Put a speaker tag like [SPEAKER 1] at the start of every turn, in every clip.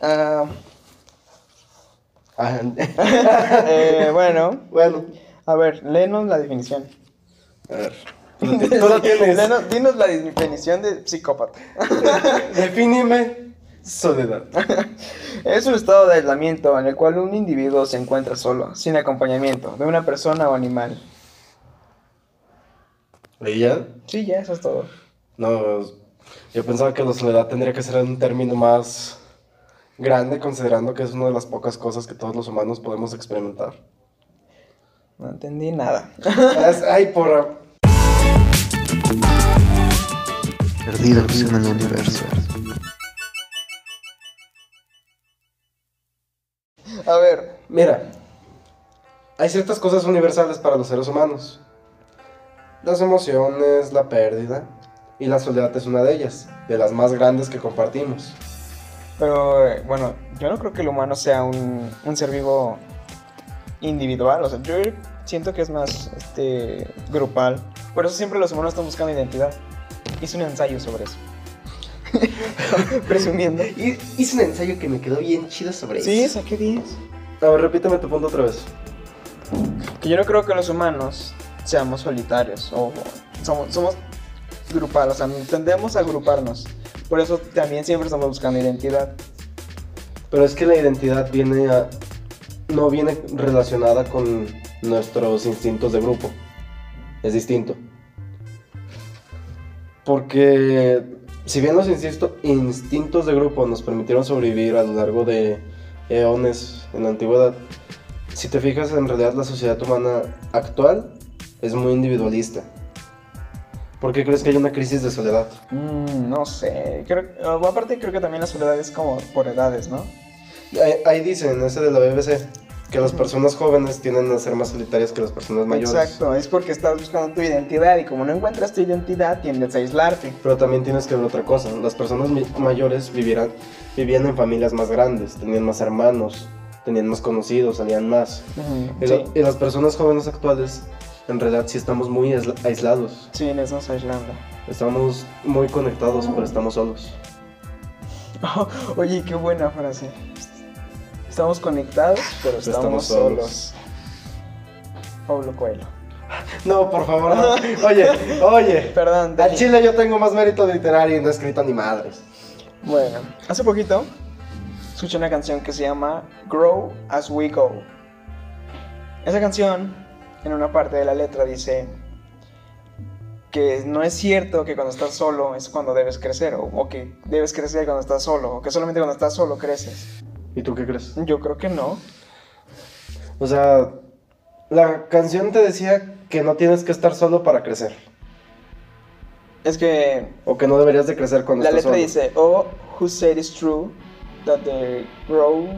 [SPEAKER 1] Ah,
[SPEAKER 2] Ah,
[SPEAKER 1] eh, bueno,
[SPEAKER 2] bueno,
[SPEAKER 1] a ver, léenos la definición.
[SPEAKER 2] a ver. Tú la ti- tú la tienes.
[SPEAKER 1] Léenos- dinos la definición de psicópata.
[SPEAKER 2] Defíneme soledad.
[SPEAKER 1] Es un estado de aislamiento en el cual un individuo se encuentra solo, sin acompañamiento de una persona o animal.
[SPEAKER 2] ¿Y ya?
[SPEAKER 1] Sí, ya, eso es todo.
[SPEAKER 2] No, yo pensaba que la soledad tendría que ser un término más grande, considerando que es una de las pocas cosas que todos los humanos podemos experimentar.
[SPEAKER 1] No entendí nada.
[SPEAKER 2] Es- ay, por...
[SPEAKER 3] Perdidos en el universo.
[SPEAKER 1] A ver,
[SPEAKER 2] Mira, hay ciertas cosas universales para los seres humanos. Las emociones, la pérdida, y la soledad es una de ellas, de las más grandes que compartimos.
[SPEAKER 1] pero eh, bueno, yo no creo que el humano sea un, un ser vivo individual. O sea, yo siento que es más este, grupal. Por eso siempre los humanos están buscando identidad. Hice un ensayo sobre eso. Presumiendo.
[SPEAKER 2] Hice un ensayo que me quedó bien chido sobre
[SPEAKER 1] Sí, saqué 10.
[SPEAKER 2] A ver, repíteme tu punto otra vez.
[SPEAKER 1] Que yo no creo que los humanos seamos solitarios o somos, somos grupal, o sea, tendemos a agruparnos. Por eso también siempre estamos buscando identidad.
[SPEAKER 2] Pero es que la identidad viene a- no viene relacionada con nuestros instintos de grupo. Es distinto. Porque si bien los insisto- instintos de grupo nos permitieron sobrevivir a lo largo de eones en la antigüedad, si te fijas en realidad la sociedad humana actual es muy individualista. ¿Por qué crees que hay una crisis de soledad?
[SPEAKER 1] Mm, no sé, creo, o aparte creo que también la soledad es como por edades, ¿no?
[SPEAKER 2] Ahí, ahí dicen, ese de la BBC, que las personas jóvenes tienden a ser más solitarias que las personas mayores.
[SPEAKER 1] Exacto, es porque estás buscando tu identidad y como no encuentras tu identidad tiendes a aislarte.
[SPEAKER 2] Pero también tienes que ver otra cosa, las personas mi- mayores vivirán, vivían en familias más grandes, tenían más hermanos, tenían más conocidos, salían más. Y, la-
[SPEAKER 1] Sí,
[SPEAKER 2] y las personas jóvenes actuales, en realidad sí estamos muy aisla- aislados,
[SPEAKER 1] sí, nos estamos aislando.
[SPEAKER 2] estamos muy conectados,
[SPEAKER 1] Mm.
[SPEAKER 2] pero estamos solos.
[SPEAKER 1] Oye, qué buena frase. Estamos conectados, pero estamos,
[SPEAKER 2] Estamos solos.
[SPEAKER 1] solos. Pablo Coelho.
[SPEAKER 2] No, por favor, no. oye, oye,
[SPEAKER 1] Perdón,
[SPEAKER 2] al
[SPEAKER 1] Dani.
[SPEAKER 2] chile yo tengo más mérito literario y no he escrito ni madres.
[SPEAKER 1] Bueno, hace poquito escuché una canción que se llama Grow as We Go. Esa canción, en una parte de la letra, dice que no es cierto que cuando estás solo es cuando debes crecer, o, o que debes crecer cuando estás solo, o que solamente cuando estás solo creces.
[SPEAKER 2] ¿Y tú qué crees?
[SPEAKER 1] Yo creo que no.
[SPEAKER 2] O sea, la canción te decía que no tienes que estar solo para crecer.
[SPEAKER 1] Es que
[SPEAKER 2] O que no deberías de crecer cuando
[SPEAKER 1] la
[SPEAKER 2] estás
[SPEAKER 1] letra
[SPEAKER 2] solo.
[SPEAKER 1] dice, oh, who said it's true that they grow...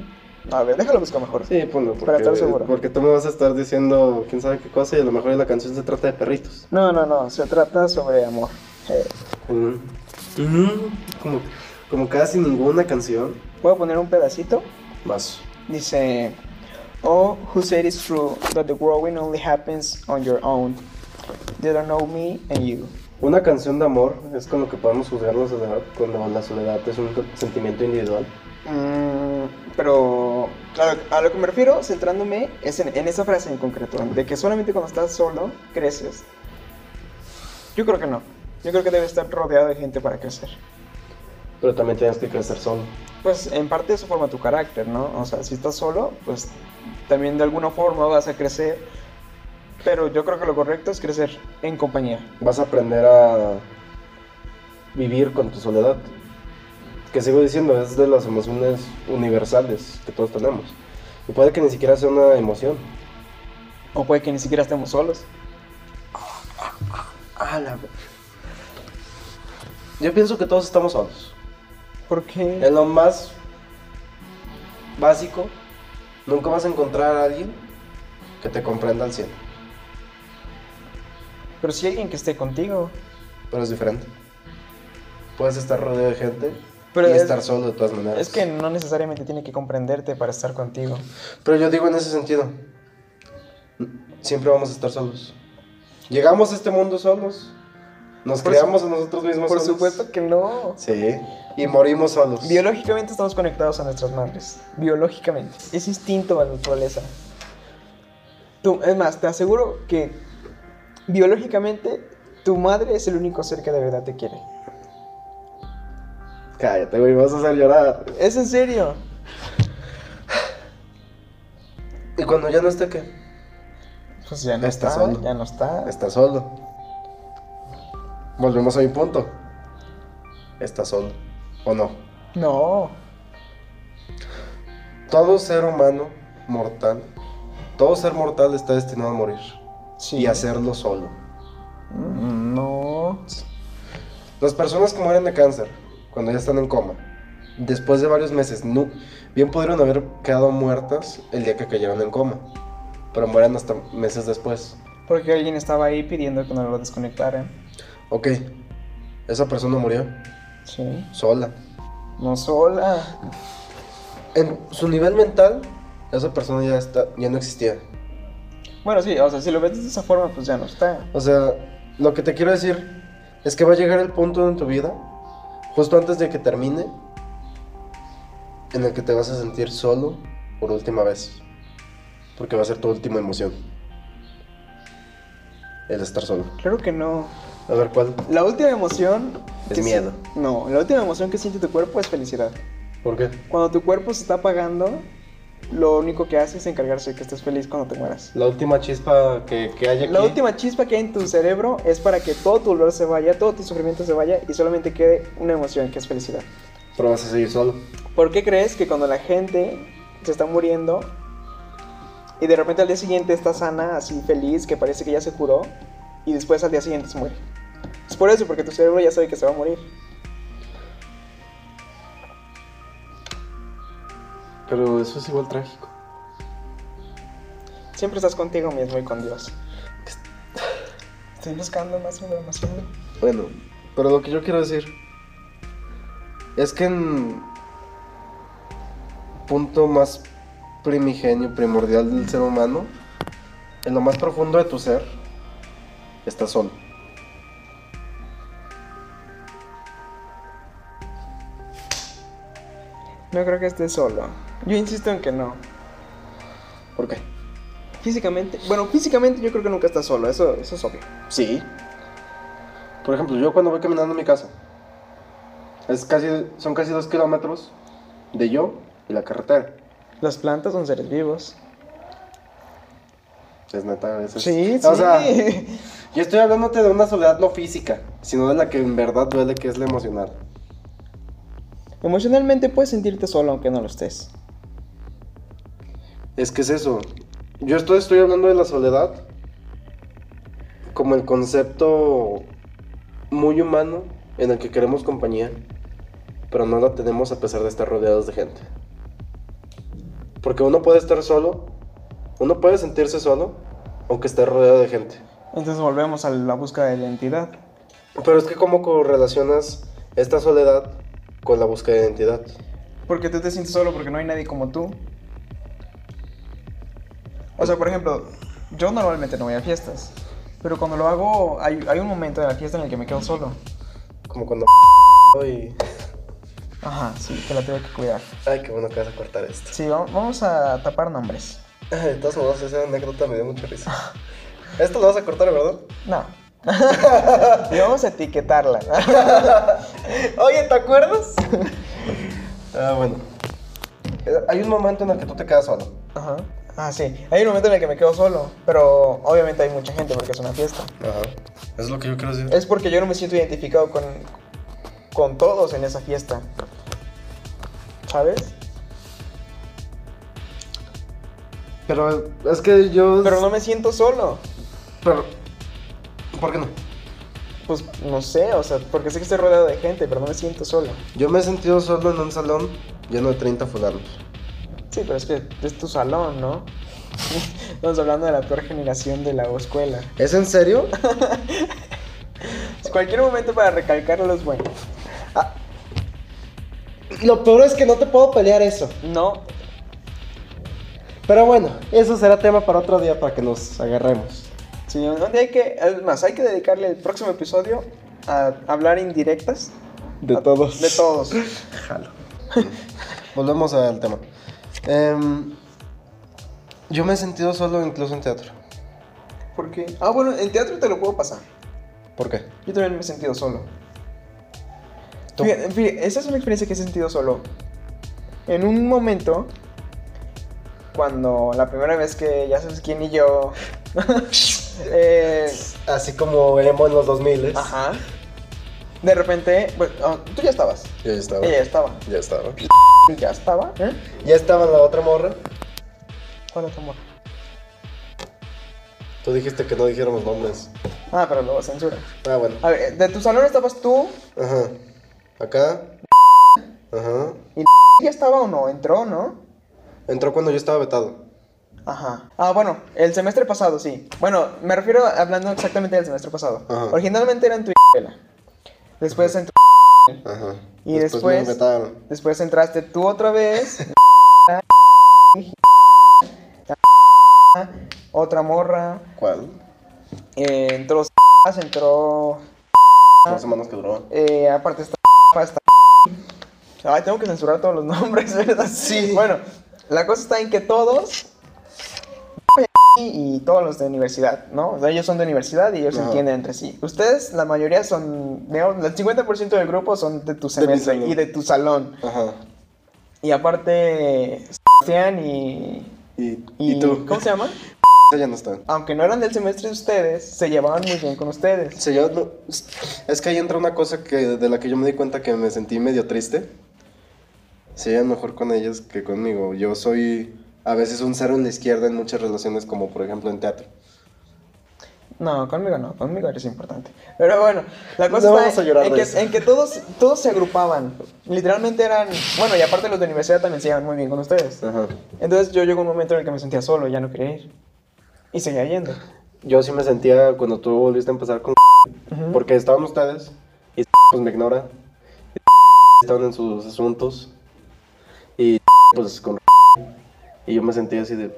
[SPEAKER 1] A ver, déjalo buscar mejor.
[SPEAKER 2] Sí, ponlo. Porque,
[SPEAKER 1] Para estar seguro.
[SPEAKER 2] Porque tú me vas a estar diciendo quién sabe qué cosa y a lo mejor la canción se trata de perritos.
[SPEAKER 1] No, no, no, se trata sobre amor. Eh,
[SPEAKER 2] Mm. Mm, Como, como casi ninguna canción.
[SPEAKER 1] ¿Puedo poner un pedacito?
[SPEAKER 2] Más.
[SPEAKER 1] Dice, oh, who said it's true that the growing only happens on your own. They don't know me and you.
[SPEAKER 2] Una canción de amor es con lo que podemos juzgar la soledad cuando la soledad es un sentimiento individual.
[SPEAKER 1] Mm, pero claro, a lo que me refiero, centrándome, es en, en esa frase en concreto, de que solamente cuando estás solo creces. Yo creo que no. Yo creo que debes estar rodeado de gente para crecer.
[SPEAKER 2] Pero también tienes que crecer solo.
[SPEAKER 1] Pues en parte eso forma tu carácter, ¿no? O sea, si estás solo, pues también de alguna forma vas a crecer. Pero yo creo que lo correcto es crecer en compañía.
[SPEAKER 2] vas a aprender a vivir con tu soledad. Que sigo diciendo, es de las emociones universales que todos tenemos. Y puede que ni siquiera sea una emoción.
[SPEAKER 1] O puede que ni siquiera estemos solos.
[SPEAKER 2] Yo pienso que todos estamos solos.
[SPEAKER 1] Porque
[SPEAKER 2] En lo más básico, nunca vas a encontrar a alguien que te comprenda al cielo.
[SPEAKER 1] Pero si hay alguien que esté contigo.
[SPEAKER 2] Pero es diferente. Puedes estar rodeado de gente
[SPEAKER 1] Pero
[SPEAKER 2] y
[SPEAKER 1] es-
[SPEAKER 2] estar solo de todas maneras.
[SPEAKER 1] Es que no necesariamente tiene que comprenderte para estar contigo.
[SPEAKER 2] Pero yo digo en ese sentido, siempre vamos a estar solos. Llegamos a este mundo solos Nos
[SPEAKER 1] Por
[SPEAKER 2] creamos a nosotros mismos
[SPEAKER 1] Por
[SPEAKER 2] solos.
[SPEAKER 1] supuesto que no.
[SPEAKER 2] Sí. Y morimos solos.
[SPEAKER 1] Biológicamente estamos conectados a nuestras madres. Biológicamente. Es instinto a la naturaleza. Tú- es más, te aseguro que biológicamente tu madre es el único ser que de verdad te quiere.
[SPEAKER 2] Cállate, güey, me vas a hacer llorar.
[SPEAKER 1] Es en serio.
[SPEAKER 2] ¿Y cuando ya no está qué?
[SPEAKER 1] Pues ya no
[SPEAKER 2] Está
[SPEAKER 1] está,
[SPEAKER 2] solo.
[SPEAKER 1] ya no está.
[SPEAKER 2] Está solo. Volvemos a mi punto. Está solo. ¿O no?
[SPEAKER 1] No.
[SPEAKER 2] Todo ser humano mortal, todo ser mortal está destinado a morir
[SPEAKER 1] Sí.
[SPEAKER 2] y hacerlo solo.
[SPEAKER 1] Mm, No.
[SPEAKER 2] Las personas que mueren de cáncer, cuando ya están en coma, después de varios meses, nu- bien pudieron haber quedado muertas el día que cayeron en coma, pero mueren hasta meses después.
[SPEAKER 1] Porque alguien estaba ahí pidiendo que no lo desconectaran.
[SPEAKER 2] Ok, esa persona murió
[SPEAKER 1] Sí.
[SPEAKER 2] sola.
[SPEAKER 1] No sola.
[SPEAKER 2] En su nivel mental, esa persona ya, está, ya no existía.
[SPEAKER 1] Bueno, sí, o sea, si lo ves de esa forma, pues ya no está.
[SPEAKER 2] O sea, lo que te quiero decir es que va a llegar el punto en tu vida, justo antes de que termine, en el que te vas a sentir solo por última vez. Porque va a ser tu última emoción. El estar solo.
[SPEAKER 1] Claro que no.
[SPEAKER 2] A ver cuál.
[SPEAKER 1] La última emoción.
[SPEAKER 2] Es
[SPEAKER 1] que si-
[SPEAKER 2] miedo.
[SPEAKER 1] No, la última emoción que siente tu cuerpo es felicidad.
[SPEAKER 2] ¿Por qué?
[SPEAKER 1] Cuando tu cuerpo se está apagando, lo único que hace es encargarse de que estés feliz cuando te mueras.
[SPEAKER 2] La última chispa que, que hay aquí.
[SPEAKER 1] La última chispa que hay en tu cerebro es para que todo tu dolor se vaya, todo tu sufrimiento se vaya y solamente quede una emoción que es felicidad.
[SPEAKER 2] Pero vas a seguir solo.
[SPEAKER 1] ¿Por qué crees que cuando la gente se está muriendo y de repente al día siguiente está sana, así feliz, que parece que ya se curó y después al día siguiente se muere? Es por eso, porque tu cerebro ya sabe que se va a morir.
[SPEAKER 2] Pero eso es igual trágico.
[SPEAKER 1] Siempre estás contigo mismo y con Dios. Estoy buscando más información.
[SPEAKER 2] Bueno, pero lo que yo quiero decir es que en punto más primigenio, primordial del ser humano, en lo más profundo de tu ser, estás solo.
[SPEAKER 1] No creo que estés solo. Yo insisto en que no.
[SPEAKER 2] ¿Por qué?
[SPEAKER 1] Físicamente, bueno, físicamente yo creo que nunca estás solo, eso, eso es obvio.
[SPEAKER 2] Sí. Por ejemplo, yo cuando voy caminando a mi casa, es casi, son casi dos kilómetros de yo y la carretera.
[SPEAKER 1] Las plantas son seres vivos.
[SPEAKER 2] Es neta, a veces.
[SPEAKER 1] Sí, sí.
[SPEAKER 2] Pues, O sea, yo estoy hablándote de una soledad no física, sino de la que en verdad duele, que es la emocional.
[SPEAKER 1] Emocionalmente puedes sentirte solo aunque no lo estés.
[SPEAKER 2] Es que es eso. Yo estoy, estoy hablando de la soledad como el concepto muy humano en el que queremos compañía, pero no la tenemos a pesar de estar rodeados de gente. Porque uno puede estar solo, uno puede sentirse solo, aunque esté rodeado de gente.
[SPEAKER 1] Entonces volvemos a la búsqueda de identidad.
[SPEAKER 2] Pero es que cómo correlacionas esta soledad con la búsqueda de identidad.
[SPEAKER 1] Porque tú te sientes solo porque no hay nadie como tú. O sea, por ejemplo, yo normalmente no voy a fiestas. Pero cuando lo hago, hay, hay un momento de la fiesta en el que me quedo solo.
[SPEAKER 2] Como cuando... y-
[SPEAKER 1] Ajá, sí, que la tengo que cuidar.
[SPEAKER 2] Ay, qué bueno que vas a cortar esto.
[SPEAKER 1] Sí, va- vamos a tapar nombres.
[SPEAKER 2] De todos modos, esa anécdota me dio mucha risa. Esto lo vas a cortar, ¿verdad?
[SPEAKER 1] No. y vamos a etiquetarla. Oye, ¿te acuerdas?
[SPEAKER 2] Ah, bueno. Eh, Hay un momento en el que tú te quedas solo.
[SPEAKER 1] Ajá. Ah, sí. Hay un momento en el que me quedo solo, pero obviamente hay mucha gente porque es una fiesta.
[SPEAKER 2] Ajá. Es lo que yo quiero decir.
[SPEAKER 1] Es porque yo no me siento identificado con, con todos en esa fiesta. ¿Sabes?
[SPEAKER 2] Pero es que yo.
[SPEAKER 1] Pero no me siento solo.
[SPEAKER 2] Pero. ¿Por qué no?
[SPEAKER 1] Pues no sé, o sea, porque sé que estoy rodeado de gente, pero no me siento solo.
[SPEAKER 2] Yo me he sentido solo en un salón lleno de 30 fulanos.
[SPEAKER 1] Sí, pero es que es tu salón, ¿no? Estamos hablando de la peor generación de la escuela.
[SPEAKER 2] ¿Es en serio?
[SPEAKER 1] Cualquier momento para recalcarlo es bueno.
[SPEAKER 2] lo peor es que no te puedo pelear eso.
[SPEAKER 1] No,
[SPEAKER 2] Pero bueno, eso será tema para otro día para que nos agarremos.
[SPEAKER 1] sí, un día hay que, es más, hay que dedicarle el próximo episodio a hablar indirectas.
[SPEAKER 2] Ah, De
[SPEAKER 1] A-
[SPEAKER 2] todos.
[SPEAKER 1] De todos.
[SPEAKER 2] Jalo. Volvemos al tema. Em, yo me he sentido solo incluso en teatro.
[SPEAKER 1] Porque, ah, bueno, en teatro te lo puedo pasar.
[SPEAKER 2] ¿Por qué?
[SPEAKER 1] Yo también me he sentido solo.
[SPEAKER 2] Tú.
[SPEAKER 1] Fíjate, fíjate, esa es una experiencia que he sentido solo. En un momento, cuando la primera vez que ya sabes quién y yo. eh,
[SPEAKER 2] Así como emo en los 2000.
[SPEAKER 1] ajá. De repente, bueno, ah, tú ya estabas.
[SPEAKER 2] Yo ya estaba.
[SPEAKER 1] Ella ya estaba.
[SPEAKER 2] Ya estaba.
[SPEAKER 1] Ya estaba. ¿Eh?
[SPEAKER 2] Ya estaba en la otra morra.
[SPEAKER 1] ¿Cuál otra morra?
[SPEAKER 2] Tú dijiste que no dijéramos nombres.
[SPEAKER 1] Ah, pero luego censura.
[SPEAKER 2] Ah, bueno.
[SPEAKER 1] A ver, de tu salón estabas tú.
[SPEAKER 2] Ajá. Acá. Ajá.
[SPEAKER 1] ¿Y ya estaba o no? Entró, ¿no?
[SPEAKER 2] Entró cuando yo estaba vetado.
[SPEAKER 1] Ajá. Ah, bueno, el semestre pasado, sí. Bueno, me refiero a- hablando exactamente del semestre pasado.
[SPEAKER 2] Ajá.
[SPEAKER 1] Originalmente era en tu escuela. Después, en tu-
[SPEAKER 2] Ajá.
[SPEAKER 1] Y después-
[SPEAKER 2] me vetaron.
[SPEAKER 1] después entraste tú otra vez. otra morra.
[SPEAKER 2] ¿Cuál?
[SPEAKER 1] eh, entró entró. Ah.
[SPEAKER 2] Dos semanas que duró.
[SPEAKER 1] eh, aparte está está. Ay, tengo que censurar todos los nombres, ¿verdad?
[SPEAKER 2] Sí.
[SPEAKER 1] Bueno, la cosa está en que todos y todos los de universidad, ¿no? O sea, ellos son de universidad y ellos se
[SPEAKER 2] Ajá.
[SPEAKER 1] entienden entre sí. Ustedes, la mayoría son, digamos, el 50% del grupo son de tu
[SPEAKER 2] De mi
[SPEAKER 1] semestre
[SPEAKER 2] salón.
[SPEAKER 1] y de tu salón.
[SPEAKER 2] Ajá.
[SPEAKER 1] Y aparte, Sebastián y,
[SPEAKER 2] ¿Y,
[SPEAKER 1] y-
[SPEAKER 2] ¿y tú?
[SPEAKER 1] ¿Cómo se llama?
[SPEAKER 2] Ella ya no está.
[SPEAKER 1] Aunque no eran del semestre de ustedes, se llevaban muy bien con ustedes.
[SPEAKER 2] Sí, yo no- es que ahí entra una cosa que, de la que yo me di cuenta que me sentí medio triste. Se llevan mejor con ellas que conmigo. Yo soy a veces un cero en la izquierda en muchas relaciones, como por ejemplo en teatro.
[SPEAKER 1] No, conmigo no, conmigo eres importante. Pero bueno, la cosa
[SPEAKER 2] No
[SPEAKER 1] está
[SPEAKER 2] vamos a llorar
[SPEAKER 1] en,
[SPEAKER 2] de
[SPEAKER 1] que,
[SPEAKER 2] eso.
[SPEAKER 1] en que todos, todos se agrupaban. Literalmente eran. Bueno, y aparte los de universidad también se llevan muy bien con ustedes.
[SPEAKER 2] Ajá.
[SPEAKER 1] Entonces yo llegó un momento en el que me sentía solo, ya no quería ir. Y seguía yendo.
[SPEAKER 2] Yo sí me sentía cuando tú volviste a empezar con...
[SPEAKER 1] Ujú.
[SPEAKER 2] Porque estaban ustedes y pues me ignora. Estaban en sus asuntos y pues con... Y yo me sentía así de...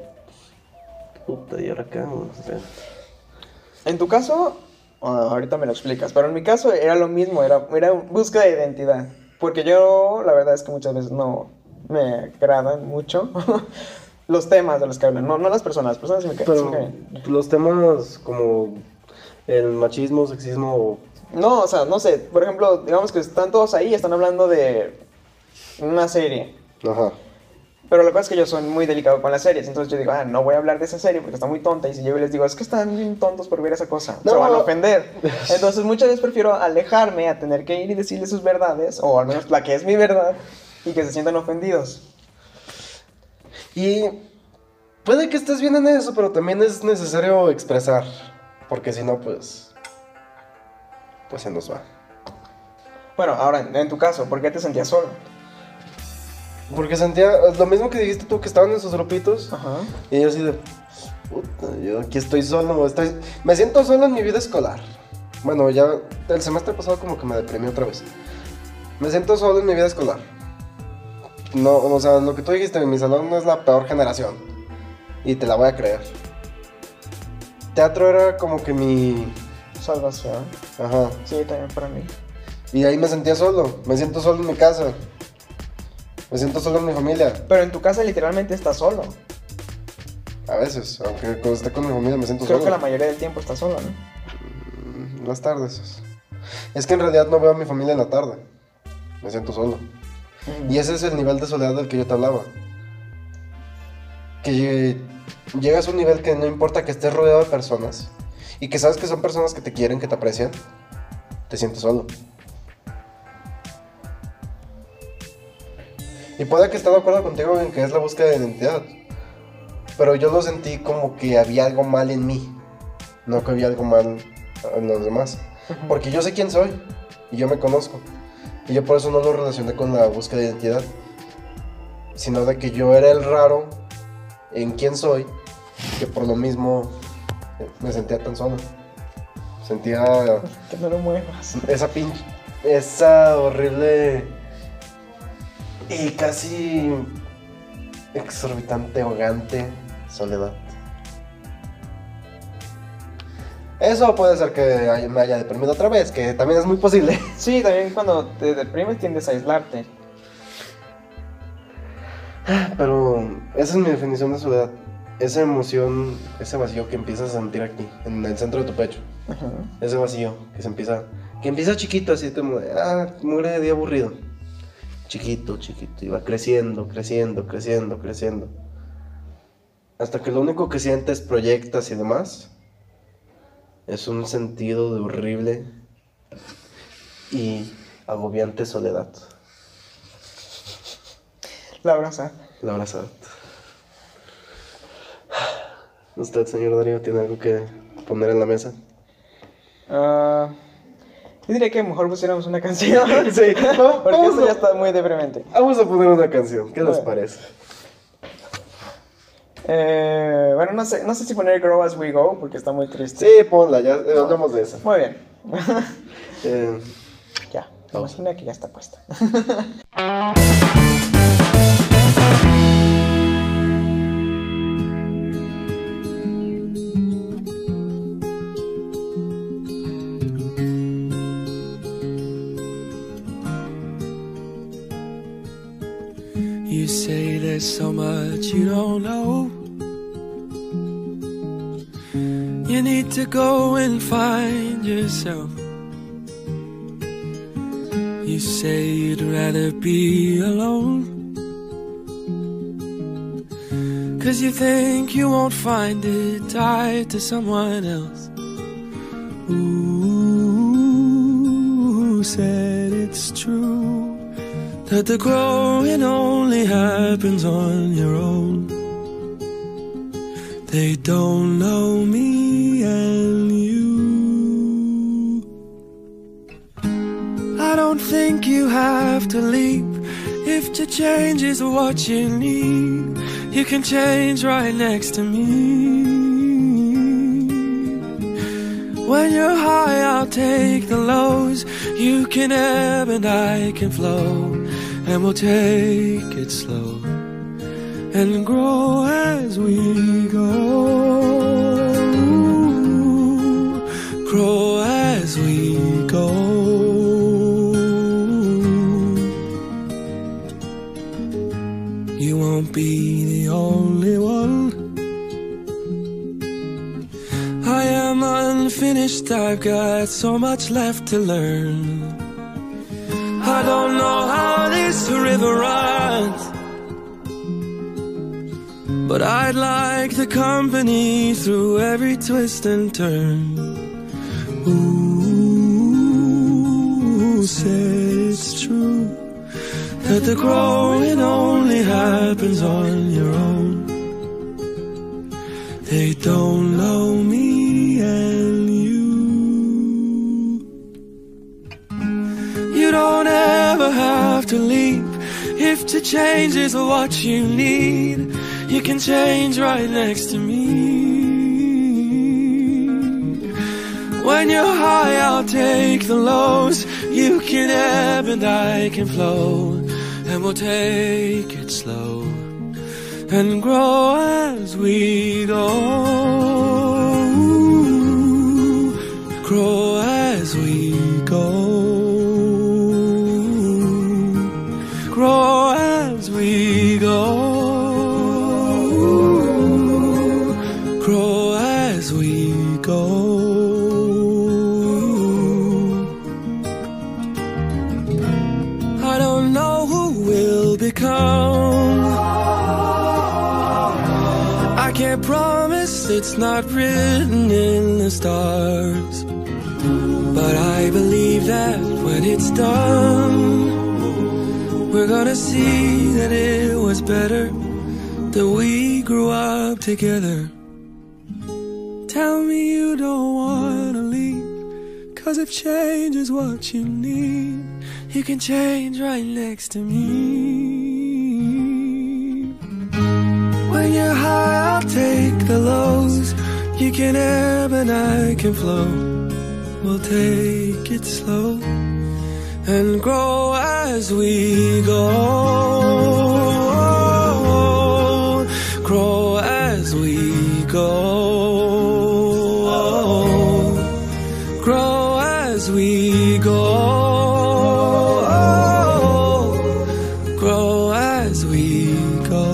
[SPEAKER 2] Puta, ¿y ahora qué? hago?" O sea,
[SPEAKER 1] En tu caso, ah, ahorita me lo explicas, pero en mi caso era lo mismo, era, era búsqueda de identidad. Porque yo, la verdad es que muchas veces no me agradan mucho los temas de los que hablan, no, no las personas, las personas sí me ca- sí me
[SPEAKER 2] Pero
[SPEAKER 1] caen.
[SPEAKER 2] los temas como el machismo, sexismo,
[SPEAKER 1] No, o sea, no sé. Por ejemplo, digamos que están todos ahí y están hablando de una serie.
[SPEAKER 2] ajá,
[SPEAKER 1] Pero la cosa es que yo soy muy delicado con las series. Entonces yo digo, ah, no voy a hablar de esa serie porque está muy tonta. Y si yo les digo, es que están bien tontos por ver esa cosa, se
[SPEAKER 2] No.
[SPEAKER 1] van a ofender. Entonces muchas veces prefiero alejarme a tener que ir y decirles sus verdades, o al menos la que es mi verdad, y que se sientan ofendidos.
[SPEAKER 2] y puede que estés bien en eso, pero también es necesario expresar, porque si no pues pues se nos va.
[SPEAKER 1] Bueno, ahora, en en tu caso, ¿por qué te sentías solo?
[SPEAKER 2] Porque sentía lo mismo que dijiste tú que estaban en sus grupitos
[SPEAKER 1] Ajá.
[SPEAKER 2] y yo así de puta, yo aquí estoy solo, estoy me siento solo en mi vida escolar. Bueno, ya el semestre pasado como que me deprimí otra vez. Me siento solo en mi vida escolar. No, o sea, lo que tú dijiste, mi salón no es la peor generación. Y te la voy a creer. Teatro era como que mi...
[SPEAKER 1] Salvación.
[SPEAKER 2] Ajá.
[SPEAKER 1] Sí, también para mí.
[SPEAKER 2] Y ahí me sentía solo. Me siento solo en mi casa. Me siento solo en mi familia.
[SPEAKER 1] Pero en tu casa literalmente estás solo.
[SPEAKER 2] A veces, aunque cuando esté con mi familia me siento
[SPEAKER 1] Creo
[SPEAKER 2] Pues solo.
[SPEAKER 1] que la mayoría del tiempo estás solo, ¿no?
[SPEAKER 2] Mm, Las tardes. Es que en realidad no veo a mi familia en la tarde. Me siento solo.
[SPEAKER 1] Ujú.
[SPEAKER 2] Y ese es el nivel de soledad del que yo te hablaba. Que lle- llegas a un nivel que no importa que estés rodeado de personas y que sabes que son personas que te quieren, que te aprecian, te sientes solo. Y puede que esté de acuerdo contigo en que es la búsqueda de identidad. Pero yo lo sentí como que había algo mal en mí. No que había algo mal en los demás. Porque yo sé quién soy y yo me conozco. Y yo por eso no lo relacioné con la búsqueda de identidad, sino de que yo era el raro en quién soy, que por lo mismo eh, me sentía tan solo. Sentía
[SPEAKER 1] Que no lo muevas.
[SPEAKER 2] esa pinche, esa horrible y casi exorbitante, ahogante soledad. Eso puede ser que haya- me haya deprimido otra vez, que también es muy posible.
[SPEAKER 1] Sí, también cuando te deprimes tiendes a aislarte.
[SPEAKER 2] Pero esa es mi definición de soledad. Esa emoción, ese vacío que empiezas a sentir aquí, en el centro de tu pecho.
[SPEAKER 1] Ajá.
[SPEAKER 2] Ese vacío que se empieza, que empieza chiquito, así te ah, muere de día aburrido. Chiquito, chiquito, y va creciendo, creciendo, creciendo, creciendo. Hasta que lo único que sientes, proyectas y demás, es un sentido de horrible y agobiante soledad.
[SPEAKER 1] La brasa.
[SPEAKER 2] La abrazad. ¿Usted, señor Darío, tiene algo que poner en la mesa?
[SPEAKER 1] Ah, yo diría que mejor pusiéramos una canción.
[SPEAKER 2] Sí, vamos-
[SPEAKER 1] porque
[SPEAKER 2] vamos
[SPEAKER 1] eso ya
[SPEAKER 2] a-
[SPEAKER 1] está muy deprimente.
[SPEAKER 2] Vamos a poner una canción, ¿qué les
[SPEAKER 1] Bueno.
[SPEAKER 2] parece?
[SPEAKER 1] Eh, bueno, no sé, no sé si poner Grow As We Go porque está muy triste.
[SPEAKER 2] Sí, ponla, ya eh, hablamos de esa.
[SPEAKER 1] Muy bien.
[SPEAKER 2] Eh,
[SPEAKER 1] ya, me
[SPEAKER 2] Vamos.
[SPEAKER 1] imagino que ya está puesta.
[SPEAKER 4] You say there's so much you don't know. You need to go and find yourself. You say you'd rather be alone. Cause you think you won't find it tied to someone else. Ooh, said it's true that the growing only happens on your own. They don't know me and you. I don't think you have to leap if to change is what you need. You can change right next to me. When you're high, I'll take the lows. You can ebb and I can flow. And we'll take it slow and grow as we go. Grow as we go. You won't be the only one. I am unfinished, I've got so much left to learn. I don't know how this river runs, but I'd like the company through every twist and turn. Ooh, said it's true that the growing only happens on your own. They don't know me and you. You don't ever have to leap. If to change is what you need, you can change right next to me. When you're high, I'll take the lows. You can ebb and I can flow. And we'll take it slow and grow as we go. Grow as we go. Grow as we go. Grow as we go. I don't know who will become. I can't promise it's not written in the stars. But I believe that when it's done, we're gonna see that it was better that we grew up together. Tell me you don't wanna leave, cause if change is what you need, you can change right next to me. When you're high, I'll take the lows. You can ebb and I can flow. We'll take it slow and grow as we go. Grow as we go. as we go. Grow as we go.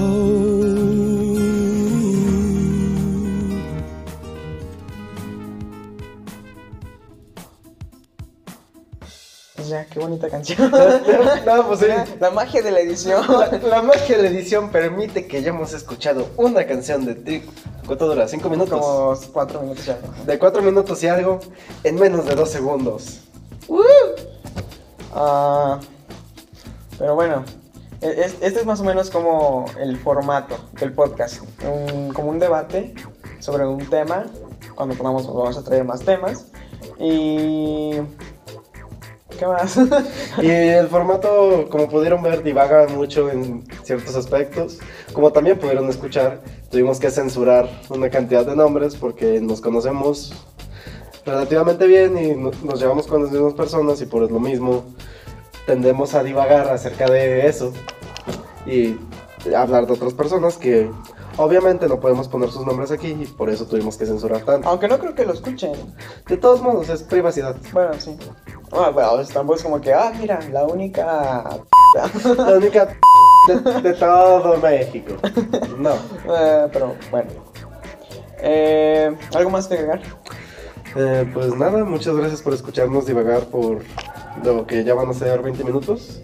[SPEAKER 1] O sea, qué bonita canción.
[SPEAKER 2] No, pues sí.
[SPEAKER 1] La magia de la edición.
[SPEAKER 2] La, la magia de la edición permite que hayamos escuchado una canción de Trick. ¿Cuánto dura? ¿Cinco minutos?
[SPEAKER 1] Como cuatro minutos ya. ¿no?
[SPEAKER 2] De cuatro minutos y algo en menos de dos segundos.
[SPEAKER 1] Ah, pero bueno, e- es- este es más o menos como el formato del podcast. Un- como un debate sobre un tema. Cuando podamos vamos a traer más temas. Y... ¿Qué más?
[SPEAKER 2] Y el formato, como pudieron ver, divaga mucho en ciertos aspectos. Como también pudieron escuchar, tuvimos que censurar una cantidad de nombres porque nos conocemos relativamente bien y no- nos llevamos con las mismas personas y por lo mismo tendemos a divagar acerca de eso y hablar de otras personas que obviamente no podemos poner sus nombres aquí y por eso tuvimos que censurar tanto.
[SPEAKER 1] Aunque no creo que lo escuchen.
[SPEAKER 2] De todos modos, es privacidad.
[SPEAKER 1] Bueno, sí. Ah, bueno, pues tampoco es como que, ah, mira, la única...
[SPEAKER 2] La única de, de todo México. No.
[SPEAKER 1] Eh, pero bueno. Eh, ¿Algo más que agregar?
[SPEAKER 2] Eh, pues nada, muchas gracias por escucharnos divagar por lo que ya van a ser 20 minutos.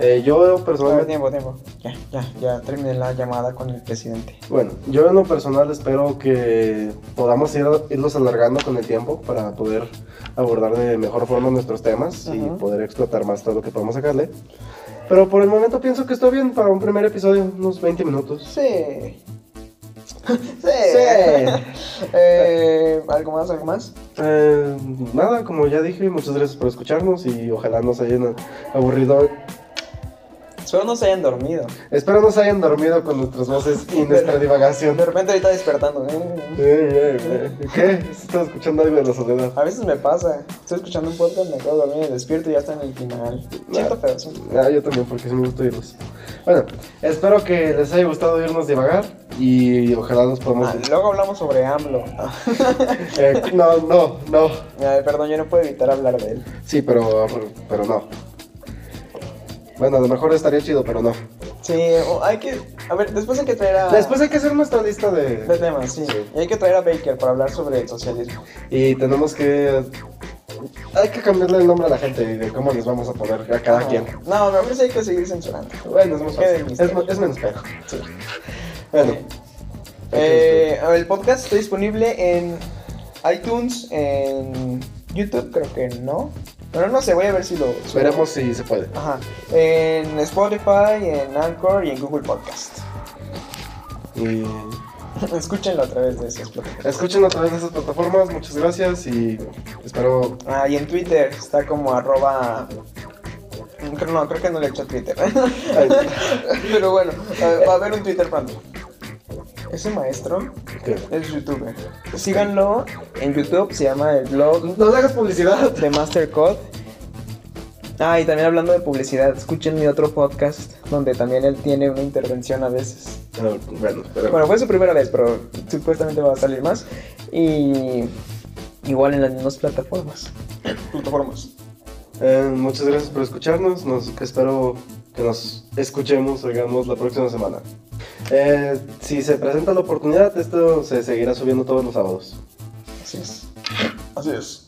[SPEAKER 2] Eh, yo
[SPEAKER 1] A ver,
[SPEAKER 2] personalmente,
[SPEAKER 1] tiempo, tiempo. Ya, ya, ya terminé la llamada con el presidente.
[SPEAKER 2] bueno, yo en lo personal espero que podamos ir, irnos alargando con el tiempo para poder abordar de mejor forma nuestros temas
[SPEAKER 1] Ajá.
[SPEAKER 2] y poder explotar más todo lo que podamos sacarle. Pero por el momento pienso que está bien para un primer episodio, unos 20 minutos.
[SPEAKER 1] Sí. sí.
[SPEAKER 2] Sí.
[SPEAKER 1] Eh, ¿Algo más? ¿Algo más?
[SPEAKER 2] Eh, nada, como ya dije, muchas gracias por escucharnos y ojalá nos hayan aburrido
[SPEAKER 1] Espero no se hayan dormido.
[SPEAKER 2] Espero no se hayan dormido con nuestras voces y nuestra divagación.
[SPEAKER 1] De repente ahorita despertando. eh.
[SPEAKER 2] Eh, eh, eh. ¿Qué? Estaba escuchando algo de la soledad.
[SPEAKER 1] A veces me pasa. Estoy escuchando un podcast, me acabo de dormir, me despierto y ya está en el final. Siento feo, siento feo.
[SPEAKER 2] Ah, yo también, porque sí me gusta oírlos. Bueno, espero que les haya gustado oírnos divagar y ojalá nos podamos...
[SPEAKER 1] Ah, luego hablamos sobre AMLO.
[SPEAKER 2] Ah. Eh, no, no, no.
[SPEAKER 1] Ay, perdón, yo no puedo evitar hablar de él.
[SPEAKER 2] Sí, pero, pero no. Bueno, a lo mejor estaría chido, pero no.
[SPEAKER 1] Sí, o hay que. A ver, después hay que traer a.
[SPEAKER 2] Después hay que hacer nuestra lista
[SPEAKER 1] de
[SPEAKER 2] de...
[SPEAKER 1] temas, sí.
[SPEAKER 2] Sí.
[SPEAKER 1] Y hay que traer a Baker para hablar sobre el socialismo.
[SPEAKER 2] Y tenemos que... Hay que cambiarle el nombre a la gente y de cómo les vamos a poner a cada
[SPEAKER 1] Ah,
[SPEAKER 2] quien.
[SPEAKER 1] No, me parece que hay que seguir censurando.
[SPEAKER 2] Bueno, es más
[SPEAKER 1] Queda el
[SPEAKER 2] fácil. Es,
[SPEAKER 1] misterio.
[SPEAKER 2] es menos peor.
[SPEAKER 1] Sí.
[SPEAKER 2] Bueno.
[SPEAKER 1] Eh, el podcast está disponible en iTunes, en YouTube, creo que no. Pero no sé, voy a ver si lo subo.
[SPEAKER 2] Veremos si se puede.
[SPEAKER 1] Ajá. En Spotify, en Anchor y en Google Podcast.
[SPEAKER 2] Y
[SPEAKER 1] Escúchenlo a través de esas plataformas.
[SPEAKER 2] escuchen a través de esas plataformas. Muchas gracias y espero.
[SPEAKER 1] Ah, y en Twitter está como arroba... creo- No, creo que no le he hecho Twitter. Pero bueno, eh, va a haber un Twitter pronto. Ese maestro
[SPEAKER 2] que
[SPEAKER 1] es youtuber. Síganlo en YouTube, se llama el blog
[SPEAKER 2] No le hagas publicidad.
[SPEAKER 1] de Mastercode. Ah, y también hablando de publicidad, escuchen mi otro podcast donde también él tiene una intervención a veces.
[SPEAKER 2] Ah, Bueno, pero.
[SPEAKER 1] Bueno, fue su primera vez, pero supuestamente va a salir más. Y igual en las mismas plataformas. Plataformas.
[SPEAKER 2] Eh, muchas gracias por escucharnos. Nos, espero que nos escuchemos, oigamos la próxima semana. Eh, si se presenta la oportunidad, esto se seguirá subiendo todos los sábados.
[SPEAKER 1] Así es. Así es.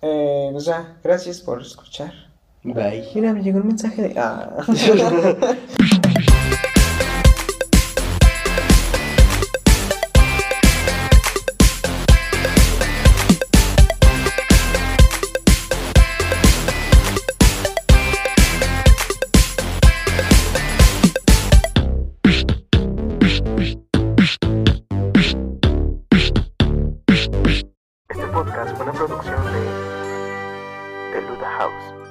[SPEAKER 1] Eh, o sea, gracias por escuchar.
[SPEAKER 2] Bye.
[SPEAKER 1] Mira, me llegó un mensaje de... Ah.
[SPEAKER 3] Este podcast fue una producción de The Luda House.